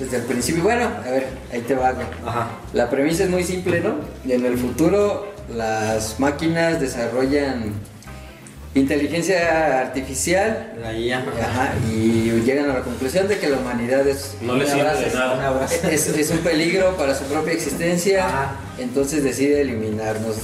desde el principio. Bueno, a ver, ahí te va. güey. Ajá. La premisa es muy simple, ¿no? Y en el futuro las máquinas desarrollan inteligencia artificial La IA. ajá, y llegan a la conclusión de que la humanidad es No le una sirve brasa, de nada. Una brasa. es, es un peligro para su propia existencia, Ajá. entonces decide eliminarnos.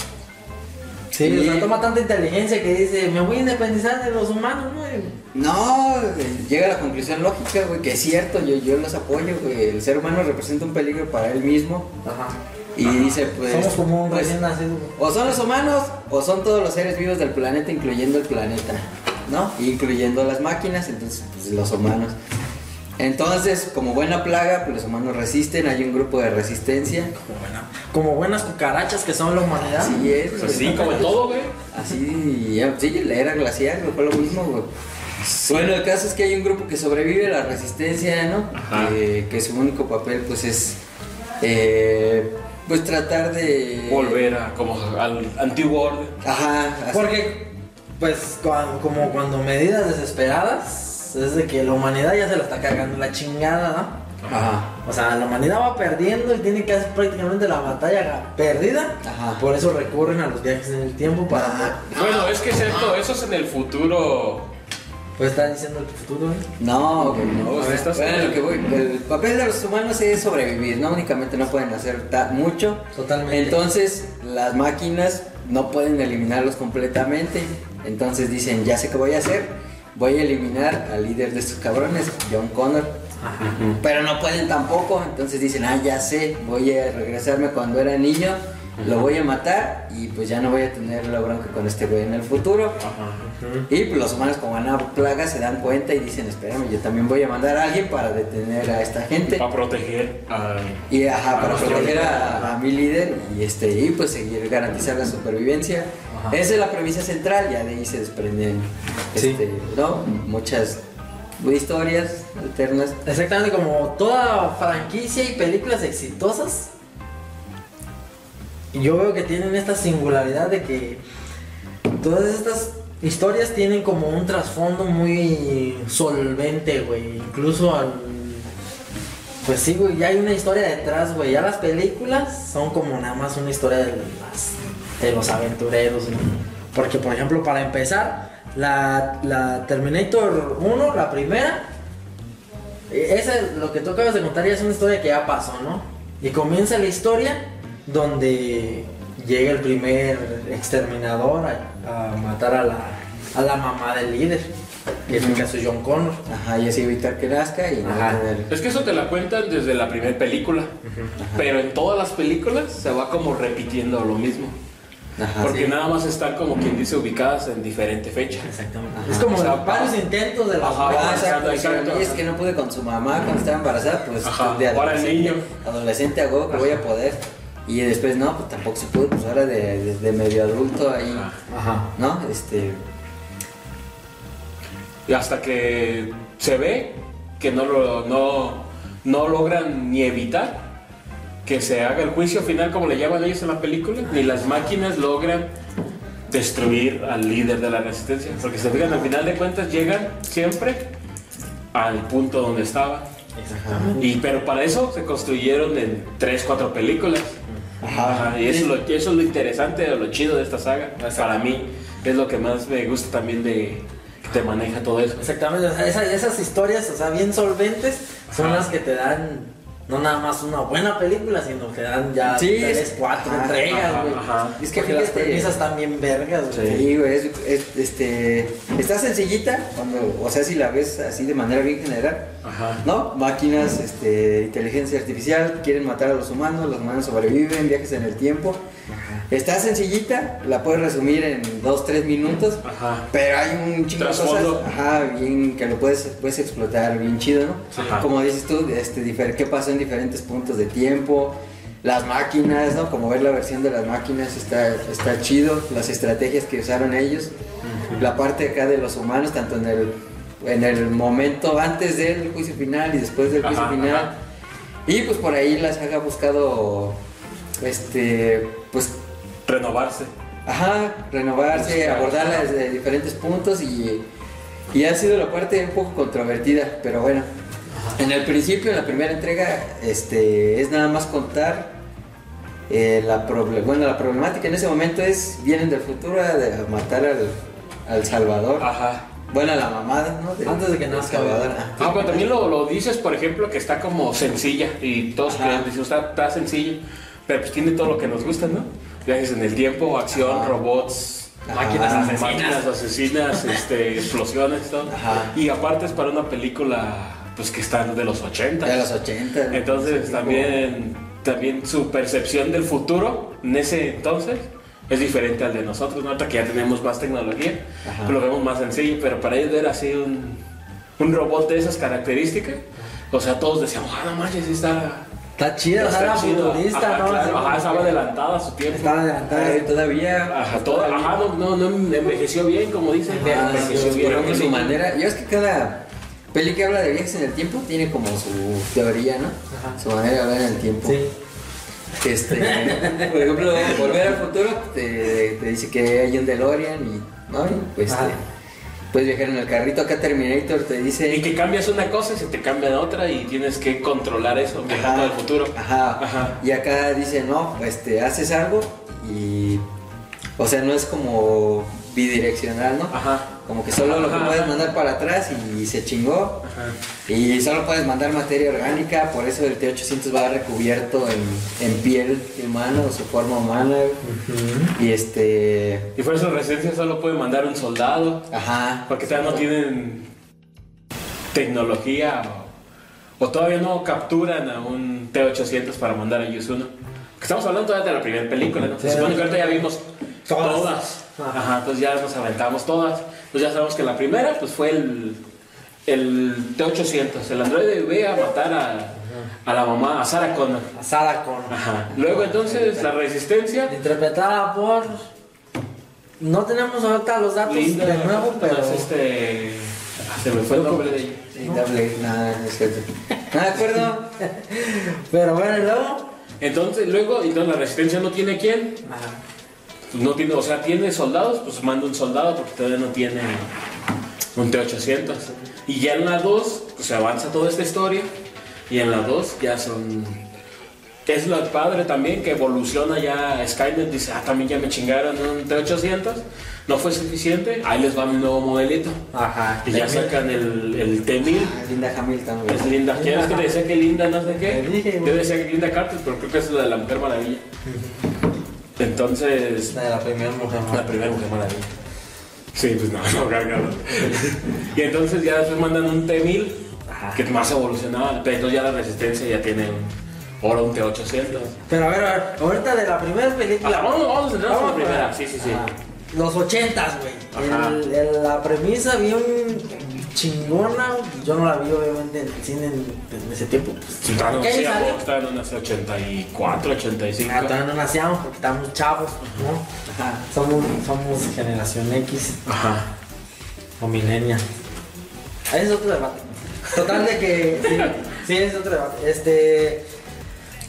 Sí, o sea, toma tanta inteligencia que dice, me voy a independizar de los humanos, ¿no? Y- No, eh, llega a la conclusión lógica, güey, que es cierto, yo, yo los apoyo, güey. El ser humano representa un peligro para él mismo. Ajá. Y dice, pues. Somos como un pues, recién nacido. güey. O son los humanos o son todos los seres vivos del planeta, incluyendo el planeta, ¿no? Incluyendo las máquinas, entonces pues, los humanos. Entonces, como buena plaga, pues los humanos resisten, hay un grupo de resistencia. Como, buena- como buenas cucarachas que son la humanidad. Así es, Pues güey. sí, como en todo, güey. Así, ya, sí, la era glacial, güey, fue lo mismo, güey. Bueno, el caso es que hay un grupo que sobrevive a la resistencia, ¿no? Ajá. Que, que su único papel, pues, es, eh, pues, tratar de... Volver a, como al antiguo orden. Ajá. así- Porque, pues, cuan- como cuando medidas desesperadas, es de que la humanidad ya se la está cargando la chingada, ¿no? Ajá. O sea, la humanidad va perdiendo y tiene que hacer prácticamente la batalla perdida. Ajá. Por eso recurren a los viajes en el tiempo para... Ajá. Bueno, es que es cierto, eso es en el futuro. Pues está diciendo el futuro, ¿eh? No, güey, no. No, güey. estás- Bueno, lo que voy, el papel de los humanos es sobrevivir, ¿no? Únicamente no pueden hacer ta- mucho. Totalmente. Entonces, las máquinas no pueden eliminarlos completamente. Entonces dicen, ya sé qué voy a hacer. Voy a eliminar al líder de estos cabrones, John Connor. Pero no pueden tampoco. Entonces dicen, ah, ya sé, voy a regresarme cuando era niño. Lo voy a matar y pues ya no voy a tener la bronca con este güey en el futuro. Y pues, los humanos como van a plaga se dan cuenta y dicen, espérame, yo también voy a mandar a alguien para detener a esta gente. Para proteger al. Y ajá, para Ah, proteger sí. a, a mi líder y este y pues seguir garantizar la supervivencia. Ajá. Esa es la premisa central, ya de ahí se desprenden Sí. este, ¿no? muchas historias alternas. pues, Exactamente como toda franquicia y películas exitosas. Yo veo que tienen esta singularidad de que todas estas historias tienen como un trasfondo muy solvente, güey. Incluso al... Pues sí, güey, ya hay una historia detrás, güey. Ya las películas son como nada más una historia de, las- de los aventureros, güey. Porque, por ejemplo, para empezar, la, la Terminator 1, la primera, eh, Esa, es lo que tú acabas de contar ya es una historia que ya pasó, ¿no? Y comienza la historia donde llega el primer exterminador a, a matar a la, a la mamá del líder, que es el caso de John Connor. Ajá, y así evitar que nazca y no Ajá. Pues, tener- Es que eso te la cuentan desde la primera película. Pero en todas las películas se va como repitiendo lo mismo. Ajá, porque sí. nada más están como quien dice ubicadas en diferente fecha. Exactamente. Ajá. Es como O sea, varios intentos de la Ah, Ajá, Ah, exacto, exacto, exacto. Y es que no pude con su mamá cuando estaba embarazada, pues Ajá, de ahora el adolescente, niño. adolescente a huevo que voy a poder. Y después no, pues tampoco se pudo, pues ahora de, de- de medio adulto ahí, Ajá. ¿no? Este, Y hasta que se ve que no, lo, no, no logran ni evitar que se haga el juicio final como le llaman ellos en la película, ni las máquinas logran destruir al líder de la resistencia. Porque si se fijan, al final de cuentas llegan siempre al punto donde estaba. Y, pero para eso se construyeron en 3, 4 películas. Ajá. Ajá, y eso es, lo, eso es lo interesante o lo chido de esta saga. Para mí es lo que más me gusta también de que te maneja todo eso. Exactamente, o sea, esa- esas historias, o sea, bien solventes, son Ajá. las que te dan no nada más una buena película, sino que dan ya Sí, tres, es- cuatro ajá, entregas, ajá, güey. ajá. Es que Porque las fíjate- premisas están bien vergas, güey. sí, güey, es, es- este, está sencillita, cuando, o sea, si la ves así de manera bien general, Ajá. ¿no? Máquinas, este, inteligencia artificial, quieren matar a los humanos, los humanos sobreviven, viajes en el tiempo. Está sencillita, la puedes resumir en dos, tres minutos. Ajá. Pero hay un chingo de cosas Trasfondo. ajá, bien, que lo puedes, puedes explotar bien chido, ¿no? Sí. Ajá. Como dices tú, este, difer- qué pasó en diferentes puntos de tiempo, las máquinas, ¿no? Como ver la versión de las máquinas está, está chido, las estrategias que usaron ellos, la parte acá de los humanos, tanto en el, en el momento antes del juicio final y después del juicio Ajá, final. ajá. Y pues por ahí las haga buscado, este, pues Renovarse. Ajá, Pues, renovarse, Buscar. abordarla desde diferentes puntos y, y ha sido la parte un poco controvertida, pero bueno, En el principio, en la primera entrega, este, es nada más contar eh, la, proble- bueno, la problemática en ese momento es, vienen del futuro a, de- a matar al, al Salvador. Ajá. Bueno, a la mamada, ¿no? Del- Ah. Antes de que del nazca, Salvador. ¿verdad? Ah, Ah, pero también lo, lo dices, por ejemplo, que está como sencilla y todos Ajá. creen, dicen, está, está sencilla, pero pues tiene todo lo que nos gusta, ¿no? Viajes en el tiempo, acción, Ajá. robots, Ajá. máquinas asesinas, Máquinas. máquinas asesinas este, explosiones, todo. Ajá. Y aparte es para una película pues que está de los 80. De los 80. Entonces Sí, también, también su percepción del futuro en ese entonces es diferente al de nosotros, ¿no? Ahorita que ya tenemos más tecnología, Ajá. pues lo vemos más sencillo, pero para ellos era así un, un robot de esas características. O sea, todos decíamos, ah, no manches, sí está, Está chida, está está, la chido". futbolista, Ajá, ¿no? claro, Así ajá, como estaba que- adelantada a su como- tiempo. Estaba adelantada y todavía. Ajá, todo- ajá, no, no, no envejeció bien, como dicen. que Ah, sí, envejeció bien. pero que su manera. Yo es que cada peli que habla de viajes en el tiempo tiene como su teoría, ¿no? Ajá. Su manera de hablar en el tiempo. Sí. Este, por ejemplo, Volver al Futuro te, te dice que hay un DeLorean y, ¿no? Y, pues, Ajá. te- puedes viajar en el carrito. Acá Terminator te dice... Y que cambias una cosa y se te cambia la otra y tienes que controlar eso, viajando al futuro. Ajá. Ajá. Y acá dice, no, este, haces algo y... O sea, no es como bidireccional, ¿no? Ajá. Como que solo lo que Ajá. puedes mandar para atrás y, se chingó. Ajá. Y solo puedes mandar materia orgánica, por eso el T800 va recubierto en, en piel humana o su forma humana. Y este... Y Fuerza de Resistencia solo puede mandar un soldado, Ajá. porque todavía no tienen tecnología o, o todavía no capturan a un T-800 para mandar a Yusuno. Estamos hablando todavía de la primera película, ¿no? Se Sí. supone que ahorita ya vimos Todas. todas. Ajá. Ajá, entonces ya nos aventamos todas. Pues ya sabemos que la primera pues fue el, el T-800. El androide ve a matar a, a la mamá, a Sarah Connor. A Sarah Connor. Ajá. Luego entonces la resistencia Interpretada por. No tenemos ahorita los datos Linda, de nuevo, pero. es este. ah, Se me fue el nombre de ella. Sí, doble, nada, no es cierto. No me acuerdo. Pero bueno, y luego. Entonces, luego, entonces la resistencia no tiene quién. Ajá. Pues no tiene, o sea, tiene soldados, pues manda un soldado porque todavía no tiene un T800. Y ya en la 2, pues se avanza toda esta historia. Y en la 2 ya son. Es lo padre también que evoluciona ya Skynet. Dice, ah, también ya me chingaron un T800. No fue suficiente. Ahí les va mi nuevo modelito. Ajá. Y ya sacan el, el T1000. Ah, Linda Hamilton, güey. Es Linda, ¿quieres que te decía que Linda no sé Te dije, qué? güey. Yo decía que Linda Carter, pero creo que es la de la Mujer Maravilla. Entonces, La de la primera mujer. ¿no? la primera Mujer Maravilla. Sí, pues no, no, cargado. Y entonces ya después mandan un T-1000, Ajá. que más evolucionaba. Pero entonces ya la Resistencia ya tiene un- ahora un T-800. Pero a ver, a ver, ahorita de la primera película. Ajá, Ah, vamos- vamos a centrarnos en la Vamos a primera, ver. sí, sí, sí. Ajá. Los ochentas, güey. Ajá. El- el- La premisa bien chingona. Yo no la vi obviamente en el cine en, en ese tiempo. Pues, Estaban ¿Qué año salió? estaban en unas 84, 85. Ah, todavía no nacíamos porque estábamos chavos, ¿no? Ajá. Somos, somos generación X Ajá. o milenia. Ahí es otro debate. Total de que. sí, sí, es otro debate. Este.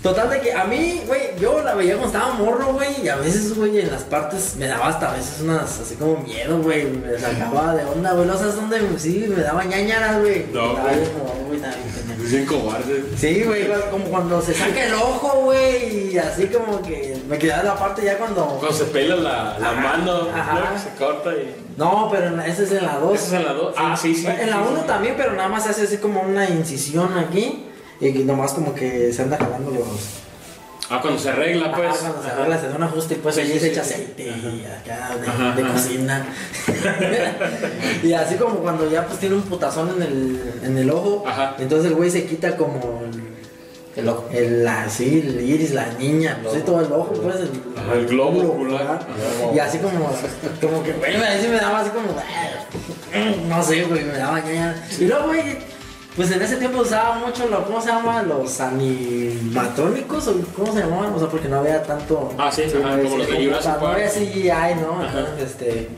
Total de que a mí, güey, yo la veía cuando estaba morro, güey, y a veces, güey, en las partes me daba hasta a veces unas así como miedo, güey, me sacaba de onda, güey, no sabes dónde, sí, me daba ñañaras, güey. No, Estaba güey. yo como, "Uy, nada, pendejo". Bien cobarde. Sí, güey, como cuando se saca el ojo, güey, y así como que me quedaba la parte ya cuando... Cuando se pela la, la Ajá, mano, ajá. ¿no? se corta y. No, pero en la- esa es en la 2. Esa es en la dos. Ah, sí, sí, En la sí, 1 sí. también, pero nada más se hace así como una incisión aquí. Y que nomás como que se anda jalando los. Ah, cuando se arregla, pues. Ajá, cuando se arregla, se da un ajuste y pues Sí, ahí sí, se sí, echa sí. aceite y acá de, Ajá, de ajá. cocina. y así como cuando ya pues tiene un putazón en el, en el ojo. Ajá. Entonces el güey se quita como el- Qué loco. El, la, sí, el iris, la niña, pues sí, todo el ojo, pues el, Ajá, el globo ocular. ocular. Ajá. Y así como, como que, güey, así me daba así como, "Ah, no sé, güey, me daba ñaña. Y luego, güey, pues en ese tiempo usaba mucho, lo, ¿cómo se llama? Los animatrónicos, o ¿cómo se llamaban? O sea, porque no había tanto. Ah, sí, ajá, no como los de había- Jurassic No había Park. CGI, ¿no? Ajá. Entonces, este.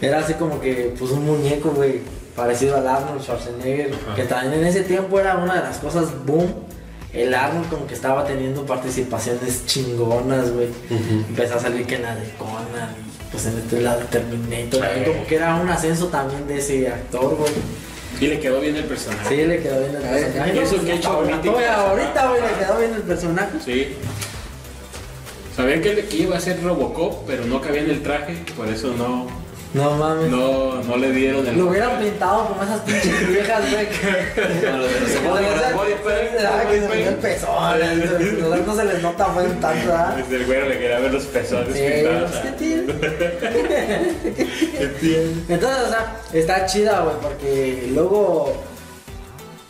Era así como que, pues un muñeco, güey, parecido al Arnold Schwarzenegger, Ajá. que también en ese tiempo era una de las cosas boom. El Arnold como que estaba teniendo participaciones chingonas, güey. Empezó a salir que en la de Conan, y, pues en este lado Terminator, también Sí. como que era un ascenso también de ese actor, güey. Y le quedó bien el personaje. Sí, le quedó bien el A ver, personaje. Eh, eso pues, que he hecho ahorita, ahorita. güey, Ahorita, güey, le quedó bien el personaje. Sí. Sabían que el de aquí iba a ser Robocop, pero no cabía en el traje, por eso no, No mames. no, no le dieron el. Lo hubieran pintado como esas pinches viejas, güey. que- Como los de los Se Ah, pone segundos. la- body paint, que se body le ven paint. pezones, güey, no- No se les nota fue un tanto, ¿verdad? Desde el güero le quería ver los pezones Sí, pintados. pues, ¿qué ah. tiene? ¿Qué tiene? Entonces, o sea, está chida, güey, porque luego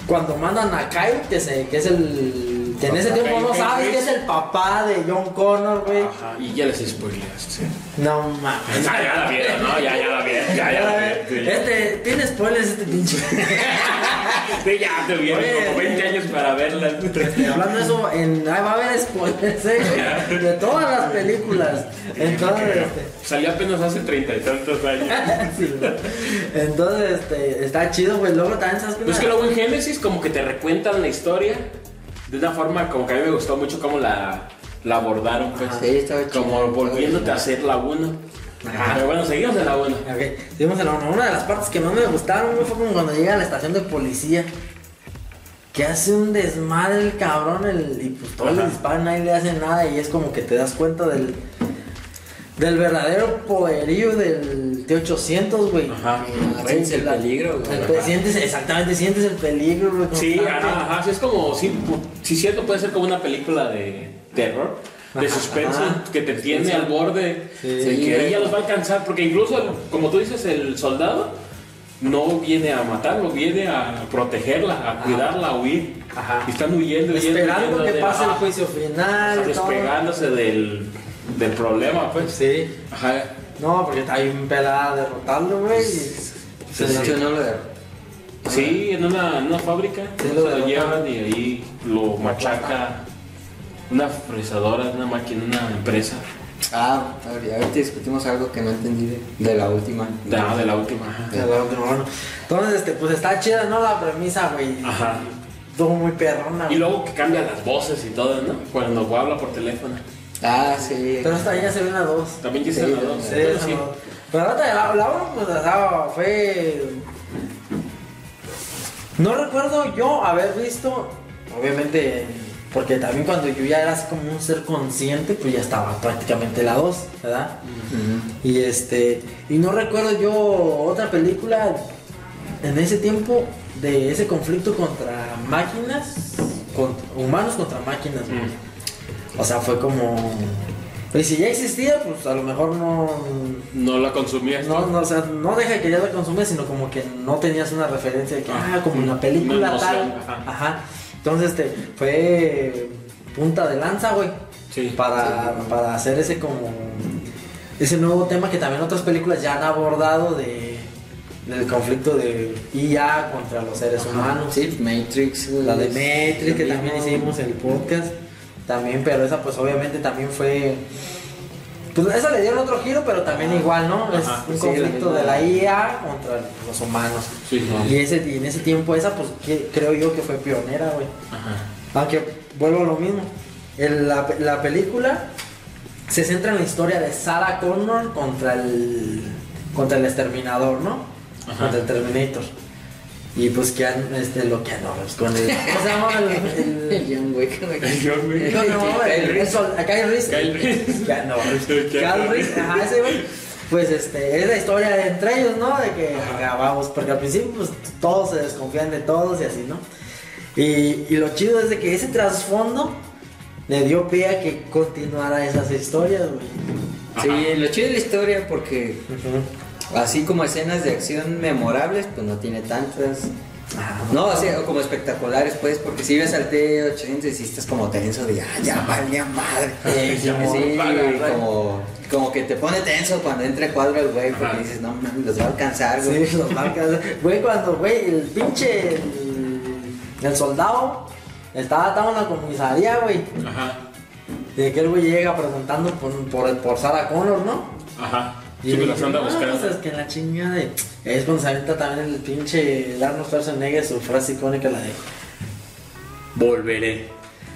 cuando mandan a Kyle, que, se, que es el. que en ese Papá tiempo no Kyle sabes que Reese. es el papá de John Connor, güey. Ajá, y ya les spoileaste. No mames. Ah, ya la vieron, no, ya, ya la vieron, ya, ya la vieron. Este, tiene spoilers este pinche. Sí, ya te vieron Oye, como 20 años para verla. Hablando de eso, en, ahí va a haber spoilers, eh, güey, de todas las películas. Entonces, este. Salió apenas hace treinta y tantos años. Sí, güey. Entonces, este, está chido, güey. Luego también sabes Pues que luego en Génesis como que te recuentan la historia de una forma como que a mí me gustó mucho cómo la, la abordaron, pues. Ah, Sí, estaba chido. como volviéndote a hacer la 1. Ajá. Pero bueno, seguimos en la 1. Ok, seguimos a la una. Una de las partes que más me gustaron güey, fue como cuando llega a la estación de policía. Que hace un desmadre el cabrón el, y pues todos le Ajá. disparan, nadie le hace nada y es como que te das cuenta del, del verdadero poderío del T-800, güey. Ajá. Que, güey, Sientes el la- peligro, güey. el pe- sientes- exactamente, sientes el peligro, güey. Sí, constante. ajá, ajá, sí, es como, sí, pu- sí, cierto, puede ser como una película de terror, de Ajá, suspenso, ajá. que te tiene al borde, Sí. de que ella los va a alcanzar, porque incluso, el- como tú dices, el soldado no viene a matarlo, viene a protegerla, a cuidarla, a huir, Ajá. y están huyendo, huyendo, Esperando huyendo que de- pase el ajá, juicio final. y todo. despegándose del, del problema, pues. Sí. Ajá. No, porque está bien pelada derrotarlo, güey. y- Se se- hecho no lo de- Sí, en una, en una fábrica Sí, se lo lo, derrotan. llevan y ahí lo machaca una fresadora, una máquina, una empresa. Ah, a ver, ahorita discutimos algo que no entendí de, de la última. De, ah, de la última. ajá. se la- bueno. Entonces, este, pues está chida, ¿no? La premisa, güey. Ajá. Todo muy perrona, Y güey. luego que cambian las voces y todo, ¿no? Cuando habla por teléfono. Ah, sí. Pero hasta ahí ya se ven a dos. También Sí, dicen la dos. Sí, Pero esa sí. no. Pero la otra, la, la uno, pues, o sea, fue... No recuerdo yo haber visto, obviamente, porque también cuando yo ya era así como un ser consciente, pues ya estaba prácticamente la 2, ¿verdad? Ujú. Y este, y no recuerdo yo otra película en ese tiempo de ese conflicto contra máquinas, contra- humanos contra máquinas. güey. Mm. O sea, fue como. Pues si ya existía, pues a lo mejor no. No la consumías. No, tú. no, o sea, no deja que ya la consumes, sino como que no tenías una referencia de que, Ah, ah, como en la una película emoción, tal. ajá. Ajá. Entonces, este, fue punta de lanza, güey. Sí. Para, para hacer ese como. Ese nuevo tema que también otras películas ya han abordado de. Del conflicto de IA contra los seres humanos. Sí, Matrix. La de es Matrix, lo que mismo. también hicimos el podcast. También, pero esa pues obviamente también fue... Pues esa le dieron otro giro, pero también igual, ¿no? Es Ajá, un sí, conflicto la de misma. la IA contra los humanos. Sí, no. Y, ese, y en ese tiempo esa pues que- creo yo que fue pionera, güey. Ajá. Aunque vuelvo a lo mismo. El- la, la película se centra en la historia de Sarah Connor contra el contra el exterminador, ¿no? Ajá. Contra el Terminator. Y pues que han, este, lo que han con el. ¿Cómo se llama el- El el- John Wick, güey. El John Wick. el- no, no, el- el sol- a Kyle Reese. Kyle Reese. Keanu Reeves. Keanu Keanu Reeves, Reeves. ajá, ese güey. Pues este, es la historia de entre ellos, ¿no? De que acabamos, porque al principio pues, todos se desconfían de todos y así, ¿no? Y, y lo chido es de que ese trasfondo le dio pie a que continuara esas historias, güey. Sí, lo chido de la historia, porque así como escenas de acción memorables, pues no tiene tantas. Ajá. No, o sea, como espectaculares, pues, porque si ves al T800 y si estás como tenso de, ah, ya valía madre. Sí, Sí, como- güey, como, como que te pone tenso cuando entra en cuadro el güey, porque Ajá. dices, no, mames, los va a alcanzar, güey. Sí, los marcas. Güey, cuando, güey, el pinche. El, el soldado estaba atado en la comisaría, güey. Ajá. De que el güey llega preguntando por, por, por Sarah Connor, ¿no? Ajá. Sí, me las dice, anda "No, pues, es buscando. que la chingada de. Es cuando se avienta también el pinche Arnold Schwarzenegger, su frase icónica, la de. Volveré.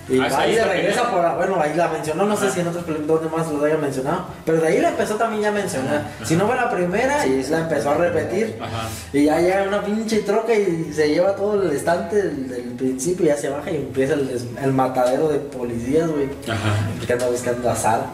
Y Ah, sí, ahí se está regresa genial. por. la- Bueno, ahí la mencionó, no sé Ajá. si en otros pel- dónde más lo haya mencionado. Pero de ahí la empezó también ya a mencionar. Si no fue la primera, Sí, sí. la empezó a repetir. Ajá. Y ya llega una pinche troca y se lleva todo el estante del, del principio, ya se baja y empieza el, des- el matadero de policías, güey. Ajá. Que anda buscando a Sara.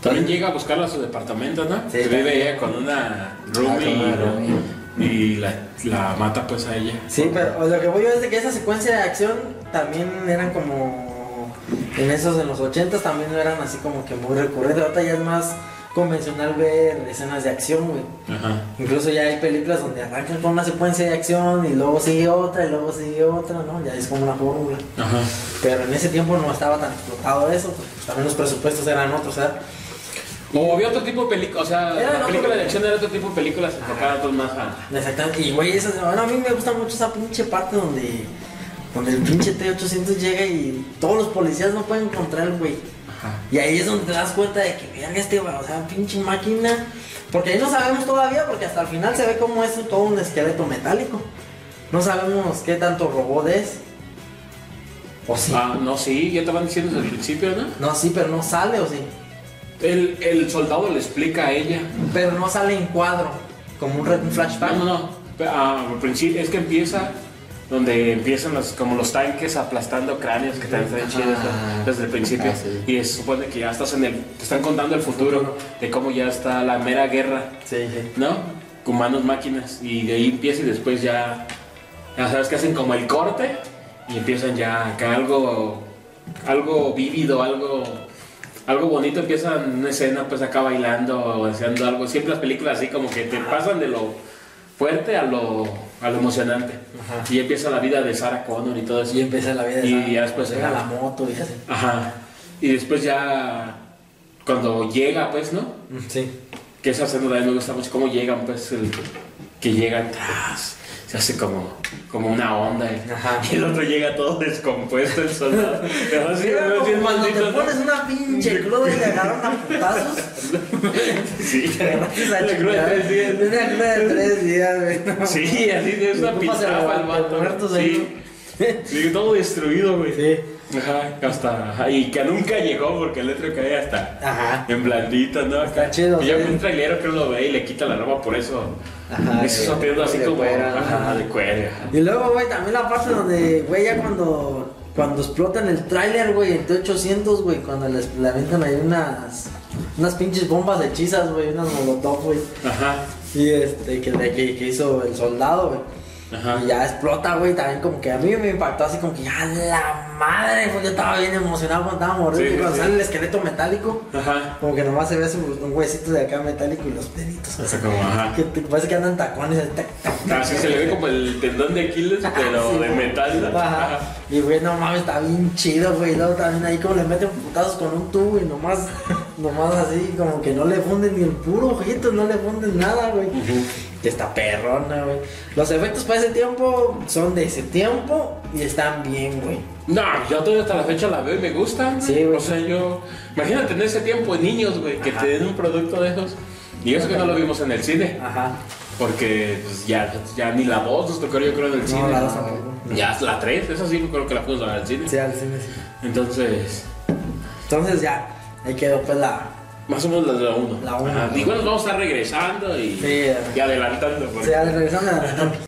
También llega a buscarla a su departamento, ¿no? Sí, Se vive también. ella con una Ah, con roomie una roomie. y, y la, la mata pues a ella. Sí, pero lo que voy yo es de que esa secuencia de acción también eran como en esos de los 80 también no eran así como que muy recurrentes. Ahorita ya es más convencional ver escenas de acción, güey. Ajá. Incluso ya hay películas donde arrancan con una secuencia de acción y luego sigue otra y luego sigue otra, ¿no? Ya es como una fórmula. Ajá. Pero en ese tiempo no estaba tan explotado eso, porque pues también los presupuestos eran otros, ¿verdad? O había otro tipo de películas, o sea, Era la otro- película de acción era otro tipo de películas enfocadas pues, más a... Exactamente. Y güey, esas- bueno, a mí me gusta mucho esa pinche parte donde, donde el pinche T800 llega y todos los policías no pueden encontrar, güey. Ajá. Y ahí es donde te das cuenta de que, verga, este, va, o sea, pinche máquina. Porque ahí no sabemos todavía, porque hasta el final se ve como es todo un esqueleto metálico. No sabemos qué tanto robot es. O sí. Ah, no, sí, ya estaban diciendo desde el principio, ¿no? No, sí, pero no sale, o sí. El, el soldado le explica a ella. Pero no sale en cuadro, como un, re- un flashback. No, no, no. Ah, al principio es que empieza donde empiezan los, como los tanques aplastando cráneos que están están chidos Ah. ¿no? desde el principio. Ah, sí. Y se supone que ya estás en el. Te están contando el futuro de cómo ya está la mera guerra, Sí, sí. ¿no? Humanos, máquinas. Y de ahí empieza y después ya. Ya sabes que hacen como el corte y empiezan ya acá algo. Algo vívido, algo. Algo bonito, empiezan una escena pues acá bailando o haciendo algo. Siempre las películas así como que te pasan de lo fuerte a lo, a lo emocionante. Ajá. Y empieza la vida de Sarah Connor y todo eso. Y empieza la vida de Y esa- ya después llega la moto y así. Ajá. Y después ya cuando llega pues, ¿no? Sí. Que esa escena también me gusta mucho, cómo llegan, pues, el- que llegan tras, se hace como, como una onda, ¿eh? Ajá. y el otro llega todo descompuesto, el soldado. Pero así, Era pero como así es cuando te maldito, ¿no? pones una pinche cruda y le agarran a putazos. Sí, Te agarras a la cruz de chingar. tres días. Una cruda de tres días, güey. no. Sí, así de Y una tú pasas pistafa a- el a vato. muertos Sí, ahí, sí, todo destruido, güey. Sí. Ajá, hasta, ajá, y que nunca llegó porque el otro cae hasta Ajá. en blandita, ¿no? Está chido, Y ya sí. un trailero que lo ve y le quita la ropa, por eso. Ajá, eso de- está pidiendo así de como. cuero, ajá, ajá. de cuero, ajá. Y luego, güey, también la parte donde, güey, ya cuando, cuando explotan el tráiler, güey, el T800, güey, cuando les le aventan ahí unas, unas pinches bombas hechizas, güey, unas molotov, güey. Ajá, Y este, que, que, que hizo el soldado, güey. ajá. Y ya explota, güey, también como que a mí me impactó así como que ya la madre, pues yo estaba bien emocionado cuando estaba morrido Sí, y cuando sí. sale el esqueleto metálico, Ajá. como que nomás se ve su- un huesito de acá metálico y los deditos. O así, sea, como, ajá. Que te- parece que andan tacones. así, tac, tac, tac. Así se le ve como el tendón de Aquiles, pero Sí, de güey. metal. ¿no? Ajá. Ajá. Y güey, no mames, está bien chido, güey. Luego también ahí como le meten putazos con un tubo y nomás, nomás así, como que no le funden ni el puro ojito, no le funden nada, güey. Ujú. Que está perrona, güey. Los efectos para ese tiempo son de ese tiempo y están bien, güey. No, yo todavía hasta la fecha la veo y me gusta. ¿no? Sí, güey. O sea, yo. Imagínate en ese tiempo, niños, güey, que Ajá. te den un producto de esos. Y eso que no lo vimos en el cine. Ajá. Porque pues, ya, ya ni la voz nos tocó, yo creo, en el cine. No, la dos tampoco. Ya es la 3, esa sí creo que la fuimos a ver al cine. Sí, al cine, sí. Entonces, Entonces ya, ahí quedó pues la. más o menos la de la 1. La uno. Igual nos vamos a estar regresando y, Sí, ya. y adelantando. porque- Se regresando a